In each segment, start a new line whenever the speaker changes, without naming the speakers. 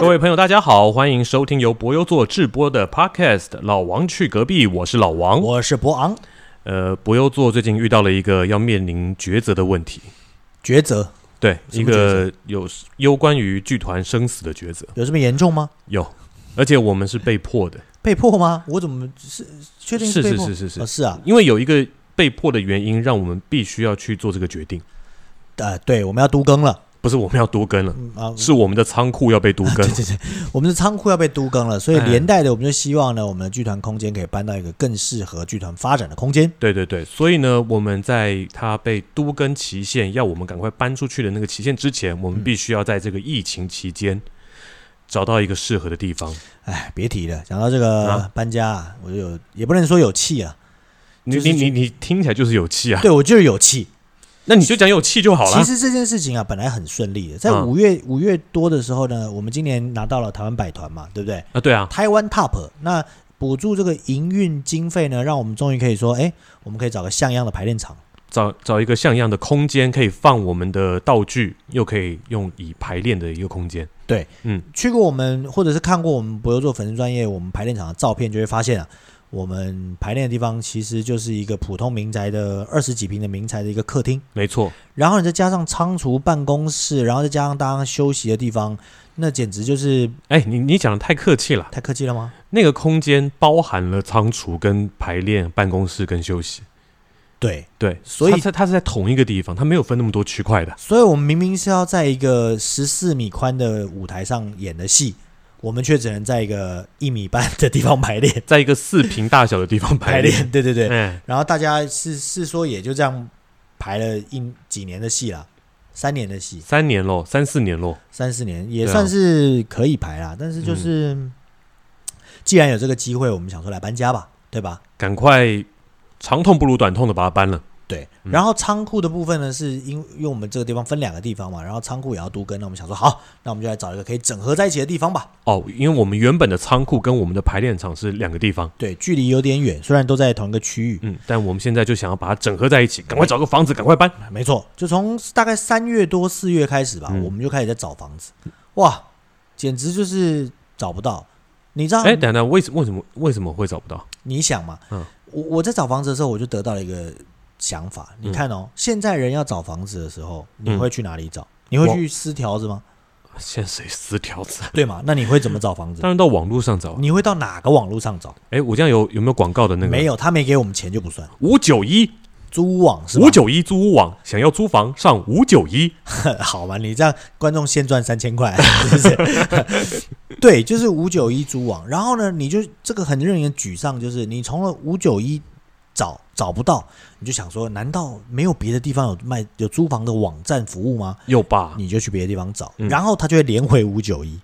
各位朋友，大家好，欢迎收听由博优做制播的 Podcast《老王去隔壁》，我是老王。
我是博昂，
呃，博优做最近遇到了一个要面临抉择的问题，
抉择
对，
什
一
么抉择
个有攸关于剧团生死的抉择，
有这么严重吗？
有，而且我们是被迫的，
被迫吗？我怎么是确定
是
被
是
迫？
是是是
哦，是啊，
因为有一个被迫的原因，让我们必须要去做这个决定，
呃，对，我们要都更了
不是我们要多更了，
嗯啊，
是我们的仓库要被都更
对。对对，我们的仓库要被都更了，所以
哎
连带的，我们就希望呢，我们的剧团空间可以搬到一个更适合剧团发展的空间。
对对对，所以呢，我们在它被都更期限要我们赶快搬出去的那个期限之前，我们
嗯
必须要在这个疫情期间找到一个适合的地方。
哎，别提了，讲到这个
啊
搬家，啊，我就有也不能说有气啊，
你
就是
你你你听起来就是有气啊，
对我就是有气。
那你就讲有气就好
其
了。
实这件事情啊，本来很顺利的，在
嗯
五月五月多的时候呢，我们今年拿到了台湾百团嘛，对不对？
啊，对啊，
台湾 TOP 那补助这个营运经费呢，让我们终于可以说，哎，我们可以找个像样的排练场。
找找一个像样的空间，可以放我们的道具，又可以用以排练的一个空间。嗯
去过我们或者是看过我们博友做粉丝专业我们排练场的照片，就会发现啊，我们排练的地方其实就是一个普通民宅的二十几平的民宅的一个客厅，
没错，
然后你再加上仓储、办公室，然后再加上大家休息的地方，那简直就是
哎，你你讲的太客气了。
太客气了吗？
那个空间包含了仓储、跟排练、办公室跟休息。
对，
对，
所以
它它它是在同一个地方，它没有分那么多区块的。
所以我们明明是要在一个十四米宽的舞台上演的戏，我们却只能在一个一米半的地方排练
在一个四平大小的地方 排
排
练。
练。对对对，
哎，
然后大家是是说也就这样排了一几年的戏啦，三年的戏，
三年咯，三四年咯。
三四年也
对啊
算是可以排
啊
啦。但是就是、
嗯
既然有这个机会，我们想说来搬家吧，对吧？
赶快长痛不如短痛的把它搬了。
对，
嗯
然后仓库的部分呢，是因因为我们这个地方分两个地方嘛，然后仓库也要都跟，那我们想说好，那我们就来找一个可以整合在一起的地方吧。
哦，因为我们原本的仓库跟我们的排练场是两个地方，
对，距离有点远，虽然都在同一个区域。
嗯，但我们现在就想要把它整合在一起，赶快找个房子，赶快搬。
没错，就从大概三月多四月开始吧，
嗯
我们就开始在找房子。哇，简直就是找不到。你知道？
哎，等等，为什为什么为什么会找不到？
你想嘛？
嗯
我我在找房子的时候，我就得到了一个想法。你看哦，现在人要找房子的时候，你
嗯
会去哪里找？你会
我
去撕条子吗？
现在谁撕条子啊？
对嘛？那你会怎么找 房子
当？然到网络上找啊。
你会到哪个网络上找？
哎，我这样有有没有广告的那个？
没。有，他没给我们钱就不算。
五九一
租屋网是吧
五？九一租屋网，想要租房上五九一。
好嘛，你这样观众先赚三千块， 是不是？对，就是五九一租网。然后呢，你就这个很令人沮丧，就是你从了五九一找找不到，你就想说，难道没有别的地方有卖有租房的网站服务吗？
有吧？
你就去别的地方找，
啊嗯
然后他就会连回五九一，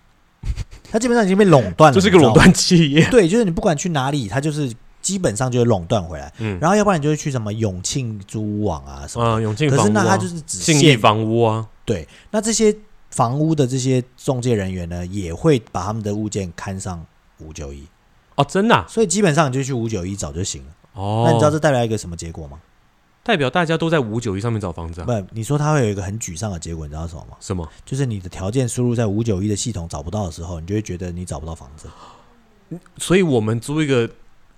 他基本上已经被 垄断了，
这是一个
你知
垄
道吗。
断企业。
对，就是你不管去哪里，他就是基本上就会垄断回来。
嗯
然后要不然你就会去什么永庆租屋网啊什么。
啊，永庆
可
房
是
屋
那
啊
他就，是只
信
限
义房屋啊。
对，那这些房屋的这些中介人员呢，也会把他们的物件看上五九一，
哦，真的啊、
所以基本上你就去五九一找就行了。
哦，
那你知道这带来一个什么结果吗？
代表大家都在五九一上面找房子啊？
不，你说它会有一个很沮丧的结果，你知道什么吗？
什么？
就是你的条件输入在五九一的系统找不到的时候，你就会觉得你找不到房子。
所以我们租一个，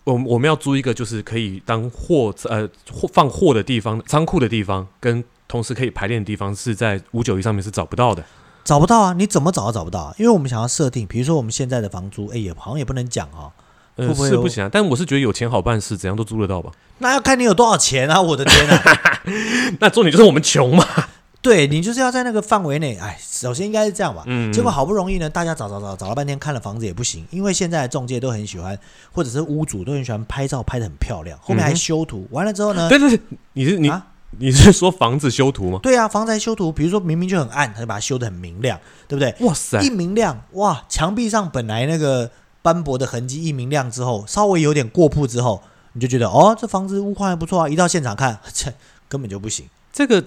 我我们要租一个就是可以当货呃货放货的地方、仓库的地方，跟同时可以排练的地方是在五九一上面是找不到的。
找不到啊，你怎么找都找不到、啊，因为我们想要设定，比如说我们现在的房租，哎，也好像也不能讲哦，
呃，
会不会
是
有
不行啊，但我是觉得有钱好办事，怎样都租得到吧。
那要看你有多少钱啊！我的天啊，
那重点就是我们穷嘛。
对你就是要在那个范围内，哎，首先应该是这样吧。
嗯
结果好不容易呢，大家找找找找了半天，看了房子也不行，因为现在的中介都很喜欢，或者是屋主都很喜欢拍照拍的很漂亮，后面
嗯
还
哼
修图，完了之后呢，
对对对，你是你、
啊
你是说房子修图吗？
对啊，房子还修图，比如说明明就很暗，他就把它修的很明亮，对不对？
哇塞
一！明亮，哇，墙壁上本来那个斑驳的痕迹一明亮之后，稍微有点过曝之后，你就觉得哦，这房子屋况还不错啊，一到现场看， 这根本就不行。
这个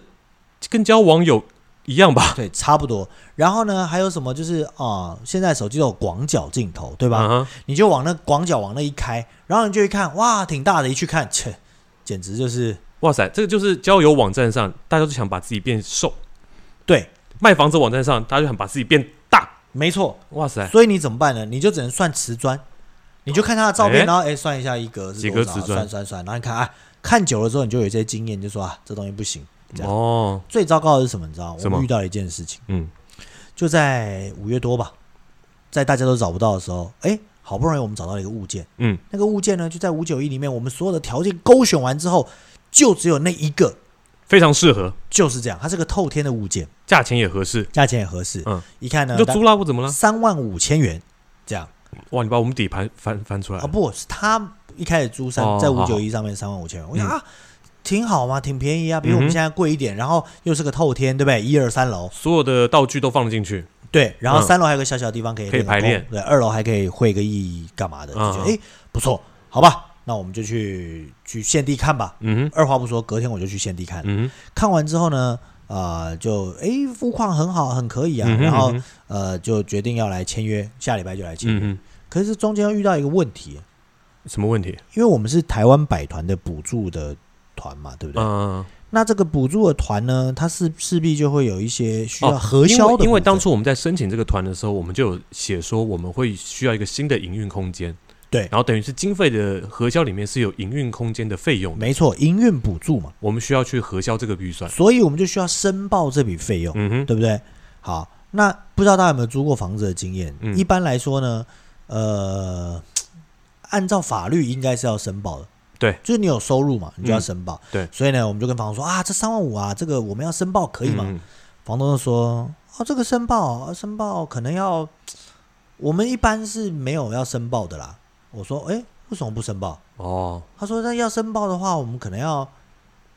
跟交网友一样吧？
对，差不多。然后呢，还有什么就是啊、现在手机都有广角镜头，对吧？
啊哈
你就往那广角往那一开，然后你就一看，哇，挺大的，一去看，切，简直就是
哇塞，这个就是交友网站上，大家都想把自己变瘦；
对，
卖房子网站上，大家就想把自己变大。
没错。
哇塞，
所以你怎么办呢？你就只能算瓷砖，你就看他的照片，
哎
然后哎算一下一格是
几
多
格
少，
瓷砖
算算算，然后你看啊，看久了之后你就有一些经验，就说啊这东西不行。这样
哦，
最糟糕的是什么？你知道吗？我
什么
们遇到一件事情，
嗯，
就在五月多吧，在大家都找不到的时候，哎，好不容易我们找到了一个物件，
嗯，
那个物件呢就在五九一里面，我们所有的条件勾选完之后，就只有那一个，
非常适合，
就是这样，它是个透天的物件，
价钱也合适，
价钱也合适，
嗯，
一看呢
你就租啦，或怎么了？
三万五千元这样。
哇，你把我们底盘翻翻出来
啊，
了，
不是他一开始租三
哦
在
好
五
好
九一上面三万五千元，我想
嗯
啊，挺好嘛，挺便宜啊，比我们
嗯哼
现在贵一点，然后又是个透天，对不对？一二三楼，
所有的道具都放进去，
对，然后
嗯
三楼还有个小小的地方可以
可以
练
排
功
练，
对，二楼还可以会个艺干嘛的，就觉得
嗯
哎不错，好吧，那我们就去去现地看吧。
嗯哼，
二话不说，隔天我就去现地看了，
嗯哼，
看完之后呢，啊，就哎肤况很好，很可以啊
嗯，哼
然后
嗯哼
呃就决定要来签约，下礼拜就来签约。
嗯
可是中间又遇到一个问题，啊
哼，什么问题？
因为我们是台湾百团的补助的团嘛，对不对？
嗯，
那这个补助的团呢，它是势必就会有一些需要
哦
核
因
销的部
为
分、
因为当初我们在申请这个团的时候，我们就有写说我们会需要一个新的营运空间，
对
然后等于是经费的核销里面是有营运空间的费用的，
没错，营运补助嘛，
我们需要去核销这个预算。
所以我们就需要申报这笔费用，
嗯哼，
对不对？好，那不知道大家有没有租过房子的经验？
嗯
一般来说呢，呃，按照法律应该是要申报的。
对，
就是你有收入嘛，你就要
嗯
申报。
对
所以呢，我们就跟房东说啊，这三万五啊，这个我们要申报，可以吗？
嗯
房东就说：“哦，这个申报，啊申报可能要，我们一般是没有要申报的啦。”我说：“诶，为什么不申报
哦，？”
他说：“那要申报的话，我们可能要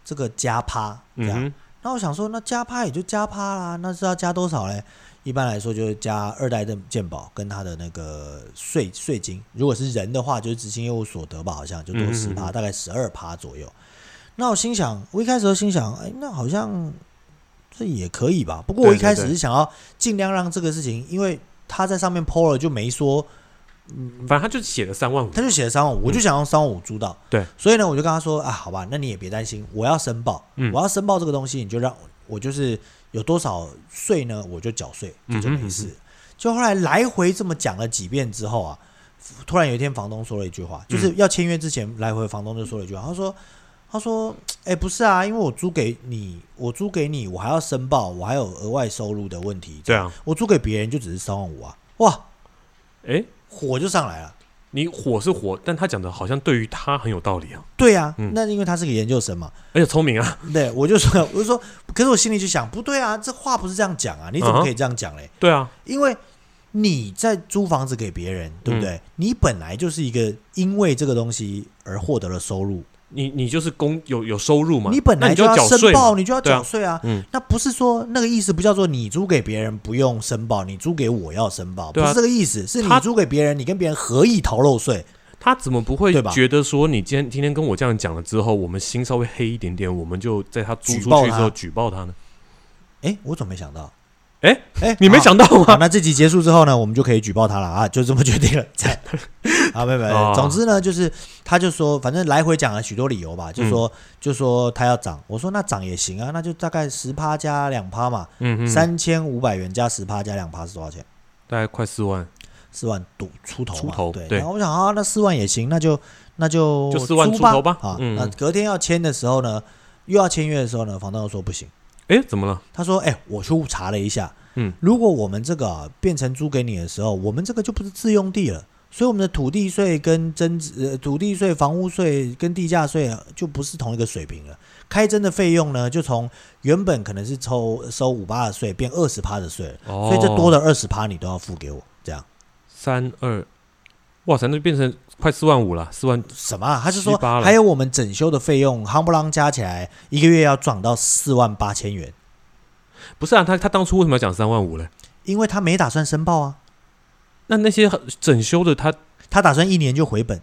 这个加趴这
嗯
样。
哼，
那我想说，那加趴也就加趴啦，那是要加多少嘞？一般来说就是加二代的健保跟他的那个税税金，如果是人的话，就是执行业务所得吧，好像就多
嗯
十
嗯
趴，
嗯
大概十二趴左右。那我心想，我一开始就心想，哎，那好像这也可以吧。不过我
对
一
对
开始是
对
想要尽量让这个事情，因为他在上面 PO 了就没说，
反正他就写了三万五，
他就写了三万五，我就想用三万五租到。
嗯对，
所以呢，我就跟他说啊，好吧，那你也别担心，我要申报，
嗯
我要申报这个东西，你就让我就是有多少税呢，我就缴税，这就
嗯哼
没事。就后来来回这么讲了几遍之后啊，突然有一天房东说了一句话，
嗯
就是要签约之前，来回房东就说了一句话，他说。他说：“哎、不是啊，因为我租给你，我租给你，我还要申报，我还有额外收入的问题。
对啊，
我租给别人就只是三万五啊，哇，
诶，
火就上来了。
你火是火，但他讲的好像对于他很有道理啊，
对啊，
嗯
那因为他是个研究生嘛，
而且聪明啊，
对，我就说， 我就说，可是我心里就想，不对啊，这话不是这样讲啊，你怎
嗯
么
哼
可以这样讲嘞？
对啊，
因为你在租房子给别人，对不对？
嗯
你本来就是一个因为这个东西而获得了收入，
你你就是公有有收入嘛，
你本
那
来
你就
要
缴
申
税嘛
报，你就要
对啊
缴税啊。
嗯
那不是说那个意思，不叫做你租给别人不用申报，你租给我要申报，不
对啊
是这个意思，是你
啊他
租给别人，你跟别人合意逃漏税。
他怎么不会
对吧
觉得说你今天今天跟我这样讲了之后，我们心稍微黑一点点，我们就在他租
举
出
报
去之
他
后举报他呢？
哎，我怎么没想到？
诶
哎，
你没
好
想到
好，
吗？
那这集结束之后呢，我们就可以举报他了啊，就这么决定了。这样啊，没有没有，
哦
总之呢，就是他就说，反正来回讲了许多理由吧，
嗯
就说、就说他要涨，我说那涨也行啊，那就大概十趴加两趴嘛，
嗯哼，
三千五百元加十趴加两趴是多少钱？
大概快四万，
四万多出头嘛，
出头
对。
对
然后我想啊，那四万也行，那就那就
就4万
租
出头吧
啊。
嗯
那隔天要签的时候呢，又要签约的时候呢，房东又说不行。
诶，怎么了？
他说：“哎、我去查了一下，
嗯，
如果我们这个、啊、变成租给你的时候，我们这个就不是自用地了，所以我们的土地税跟增值、呃、土地税、房屋税跟地价税啊就不是同一个水平了。开征的费用呢，就从原本可能是抽收五八的税，变二十趴的税了，
哦，
所以这多的二十趴你都要付给我。这样
三二，哇塞，那就变成快四万五了，四万
什么、啊？他是说
七八了
还有我们整修的费用，夯不啷加起来一个月要涨到四万八千元，
不是啊？他他当初为什么要讲三万五嘞？
因为他没打算申报啊，
那那些整修的他
他打算一年就回本。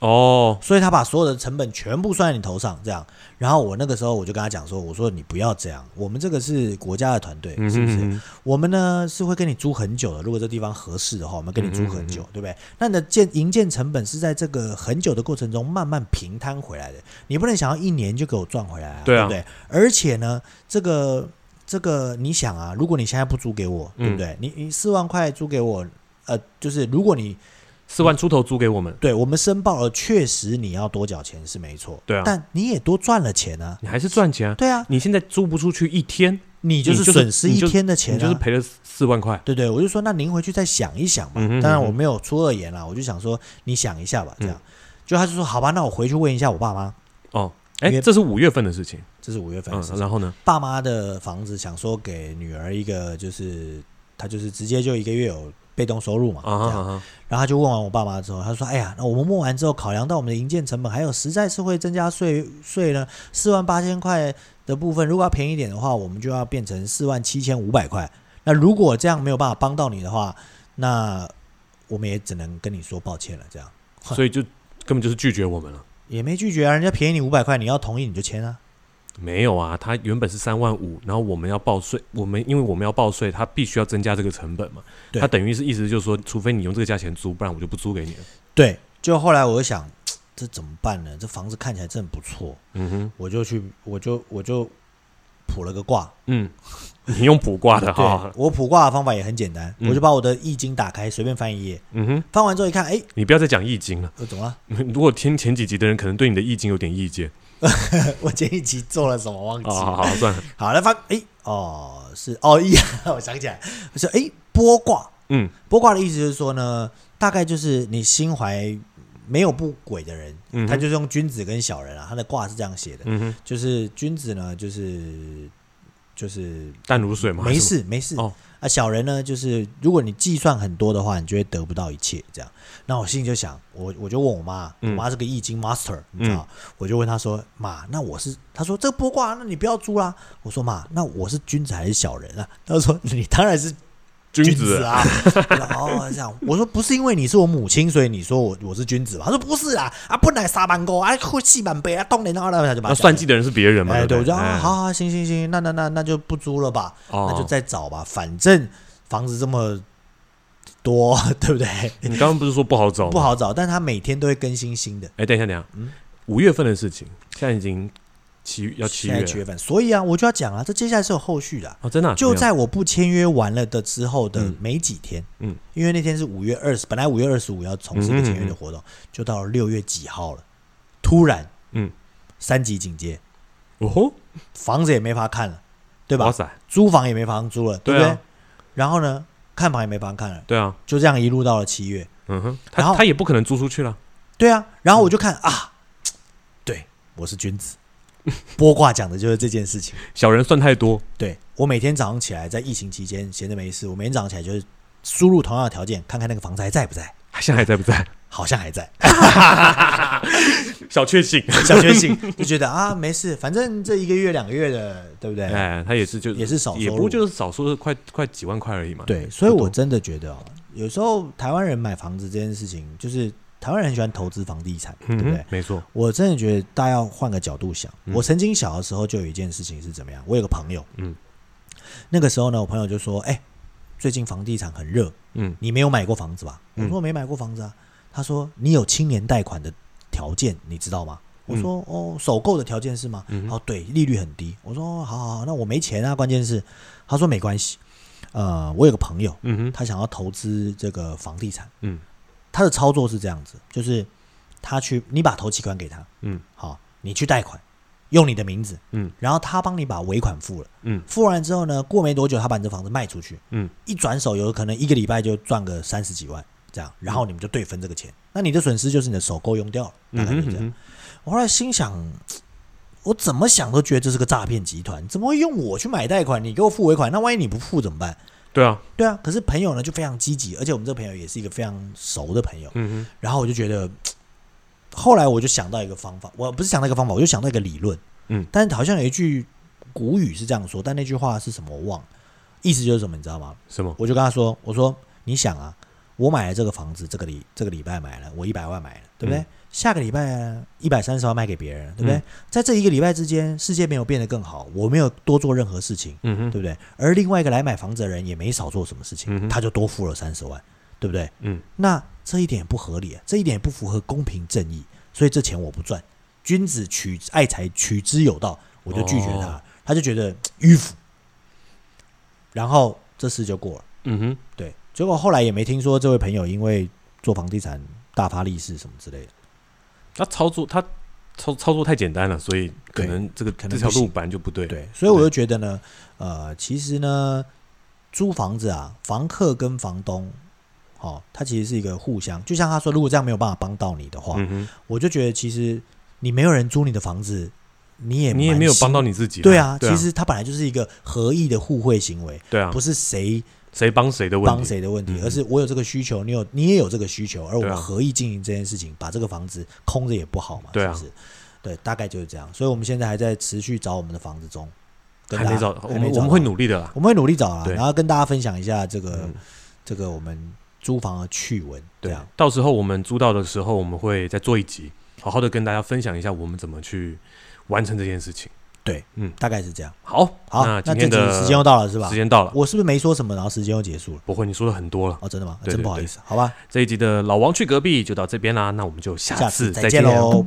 哦，
所以他把所有的成本全部算在你头上，这样。然后我那个时候我就跟他讲说，我说你不要这样，我们这个是国家的团队，
嗯
是不
哼
是？
嗯哼
我们呢是会跟你租很久的，如果这地方合适的话，我们跟你租很久，对不对？那你的建营建成本是在这个很久的过程中慢慢平摊回来的，你不能想要一年就给我赚回来啊，
对啊
不对？而且呢，这个这个你想啊，如果你现在不租给我，
嗯
对不对？你你四万块租给我，呃，就是如果你
四万出头租给我们，
对我们申报了，确实你要多缴钱是没错，
对啊
但你也多赚了钱啊，
你还是赚钱啊。
对啊，
你现在租不出去一天，
你就
你
是
就是
损失
你
一
就
天的钱、啊
你就是赔了四万块。
对对，我就说那您回去再想一想嘛。
嗯哼
当然
嗯哼
我没有出恶言啦，我就想说你想一下吧，这样。
嗯
就他就说好吧，那我回去问一下我爸妈。
哦，哎、
因为
这是五月份的事情。
这是五月份的
嗯
事，情，
然后呢？
爸妈的房子想说给女儿一个，就是他就是直接就一个月有被动收入嘛。
啊
这
哈
样
哈，
然后他就问完我爸妈之后，他说：“哎呀，那我们问完之后，考量到我们的营建成本，还有实在是会增加税税呢，四万八千块的部分，如果要便宜一点的话，我们就要变成四万七千五百块。那如果这样没有办法帮到你的话，那我们也只能跟你说抱歉了。这样
所以就根本就是拒绝我们了。
也没拒绝啊，人家便宜你五百块，你要同意你就签啊。
没有啊，他原本是三万五，然后我们要报税，我们因为我们要报税，他必须要增加这个成本嘛。
对
他等于是意思就是说，除非你用这个价钱租，不然我就不租给你了。
对，就后来我就想，嘖这怎么办呢？这房子看起来真的不错，
嗯哼，
我就去，我就我就卜了个卦，
嗯，你用卜卦的哈
对，，我卜卦的方法也很简单，
啊嗯
我就把我的易经打开，随便翻一页，
嗯哼，
翻完之后一看，哎，
你不要再讲易经了。
我怎么了？
如果听前几集的人，可能对你的易经有点意见
我前一集做了什么忘记？
啊。好好，好算了，
好，来翻，哎，哦，是哦，易， 我想起来，我说，哎，剥卦，
嗯，
剥卦的意思就是说呢，大概就是你心怀没有不轨的人，
嗯哼
他就是用君子跟小人啊，他的卦是这样写的，
嗯哼，
就是君子呢，就是就是
淡如水嘛，
没事没事
哦
啊，小人呢，就是如果你计算很多的话，你就会得不到一切这样。那我心里就想，我我就问我妈，我
嗯
妈是个易经 master，你知道，我就问她说，妈，那我是，她说这个卜卦，那你不要租啦。我说妈，那我是君子还是小人啊？她说你当然是
君
君
子
啊。然后这样，我说不是因为你是我母亲，所以你说我我是君子吧？她说不是啦，啊，本来沙班沟啊，会戏满杯啊，当年啊，那就把
那算计的人是别人嘛？
哎，对，我
不
就
对？
啊，
哎
好，好，行行行，那那那那就不租了吧。那就
哦，
再找吧，反正房子这么多， 对不对？
你刚刚不是说不好找吗？
不好找，但他每天都会更新新的。
哎，等一下，等一下，
嗯
五月份的事情，现在已经七要七月
现在
了
七月份，所以啊，我就要讲啊，这接下来是有后续的啊、
哦，真的啊
就
怎么样
在我不签约完了的之后的
嗯
没几天，
嗯，
因为那天是五月二十，本来五月二十五要从事一个签约的活动，就到了六月几号了，突然，
嗯，
三级警戒，
哦吼，
房子也没法看了，对
哇
吧？
塞，
租房也没法租了，对不
对啊
对？然后呢，看房也没法看了，
对啊，
就这样一路到了七月，
嗯哼，
然后
他他也不可能租出去了，
对啊，然后我就看、啊，
嗯
对我是君子， 剥卦讲的就是这件事情。
小人算太多，
对我每天早上起来，在疫情期间闲着没事，我每天早上起来就是输入同样的条件，看看那个房子还在不在，
现在还在不在？
好像还在，
小确幸，
小确幸就觉得啊没事，反正这一个月两个月的，对不对？
哎，他也是就
也是少收入
也不过就是少说是快快几万块而已嘛，
对，所以
不多
我真的觉得哦，有时候台湾人买房子这件事情，就是台湾人很喜欢投资房地产，
嗯
对不对
哼？，没错，
我真的觉得大家要换个角度想。
嗯
我曾经小的时候就有一件事情是怎么样？我有个朋友，
嗯，
那个时候呢，我朋友就说：“哎、最近房地产很热，
嗯
你没有买过房子吧？”我
嗯
说：“我没买过房子啊。”他说：“你有青年贷款的条件，你知道吗？”我说：“哦，首购的条件是吗？”
嗯嗯哼
哦，对，利率很低。我说：“哦好好好，那我没钱啊，关键是。”他说：“没关系，呃，我有个朋友，
嗯哼，
他想要投资这个房地产，
嗯，
他的操作是这样子，就是他去你把头期款给他，
嗯，
好，你去贷款，用你的名字，
嗯，
然后他帮你把尾款付了，
嗯，
付完之后呢，过没多久他把你这房子卖出去，
嗯，
一转手有可能一个礼拜就赚个三十几万这样，然后你们就对分这个钱，那你的损失就是你的首购用掉了，大
嗯
概就
哼
这样。
嗯哼
我后来心想，我怎么想都觉得这是个诈骗集团，怎么会用我去买贷款，你给我付尾款，那万一你不付怎么办？
对啊，
对啊，可是朋友呢就非常积极，而且我们这个朋友也是一个非常熟的朋友。
嗯
然后我就觉得，后来我就想到一个方法，我不是想到一个方法，我就想到一个理论。
嗯，
但好像有一句古语是这样说，但那句话是什么我忘了，意思就是什么，你知道吗
哼，？什么？
我就跟他说，我说你想啊，我买了这个房子，这个礼这个礼拜买了，我一百万买了，对不对？
嗯
下个礼拜一百三十万卖给别人了，对不对？
嗯
在这一个礼拜之间，世界没有变得更好，我没有多做任何事情，
嗯哼，
对不对？而另外一个来买房子的人也没少做什么事情，
嗯哼
他就多付了三十万，对不对？
嗯，
那这一点也不合理、啊，这一点也不符合公平正义，所以这钱我不赚。君子取爱财，取之有道，我就拒绝他，
哦
他就觉得嘖迂腐，然后这事就过了。
嗯哼，
对，结果后来也没听说这位朋友因为做房地产大发利市什么之类的。
他操作他操操作太简单了，所以可
对
能这个
可能
这条
不
路
行
本来就不对。
对，所以我就觉得呢，呃，其实呢，租房子啊，房客跟房东，哦，它其实是一个互相。就像他说，如果这样没有办法帮到你的话，
嗯哼，
我就觉得其实你没有人租你的房子，你也
你也
蛮
没有
辛
帮到你自己啦。
对啊，
啊
其实它本来就是一个合意的互惠行为，
对啊
不，是谁
谁帮谁的问
帮
题。
谁的问题
嗯，
而是我有这个需求，你有你也有这个需求，而我
对
们
啊
合意经营这件事情，把这个房子空着也不好嘛，
对啊
是不是？对，大概就是这样。所以我们现在还在持续找我们的房子中，跟
还没
大家
找，
还
我
没
们
找
我们
到
会努力的啦。
我们会努力找啊，
对
然后跟大家分享一下这个
嗯
这个我们租房的趣闻，这
对啊
样，
到时候我们租到的时候，我们会再做一集，好好的跟大家分享一下我们怎么去完成这件事情。
大概是这样。
好，嗯
好，
那
那
今
这
天
集
的
时间又到了是吧
时？间到了，
我是不是没说什么，然后时间又结束了？
不会，你说的很多了。
哦，真的吗？
对
真不
对
好
对
意思，好吧，
这一集的老王去隔壁就到这边啦，那我们就下
下
次
次
再见
见喽。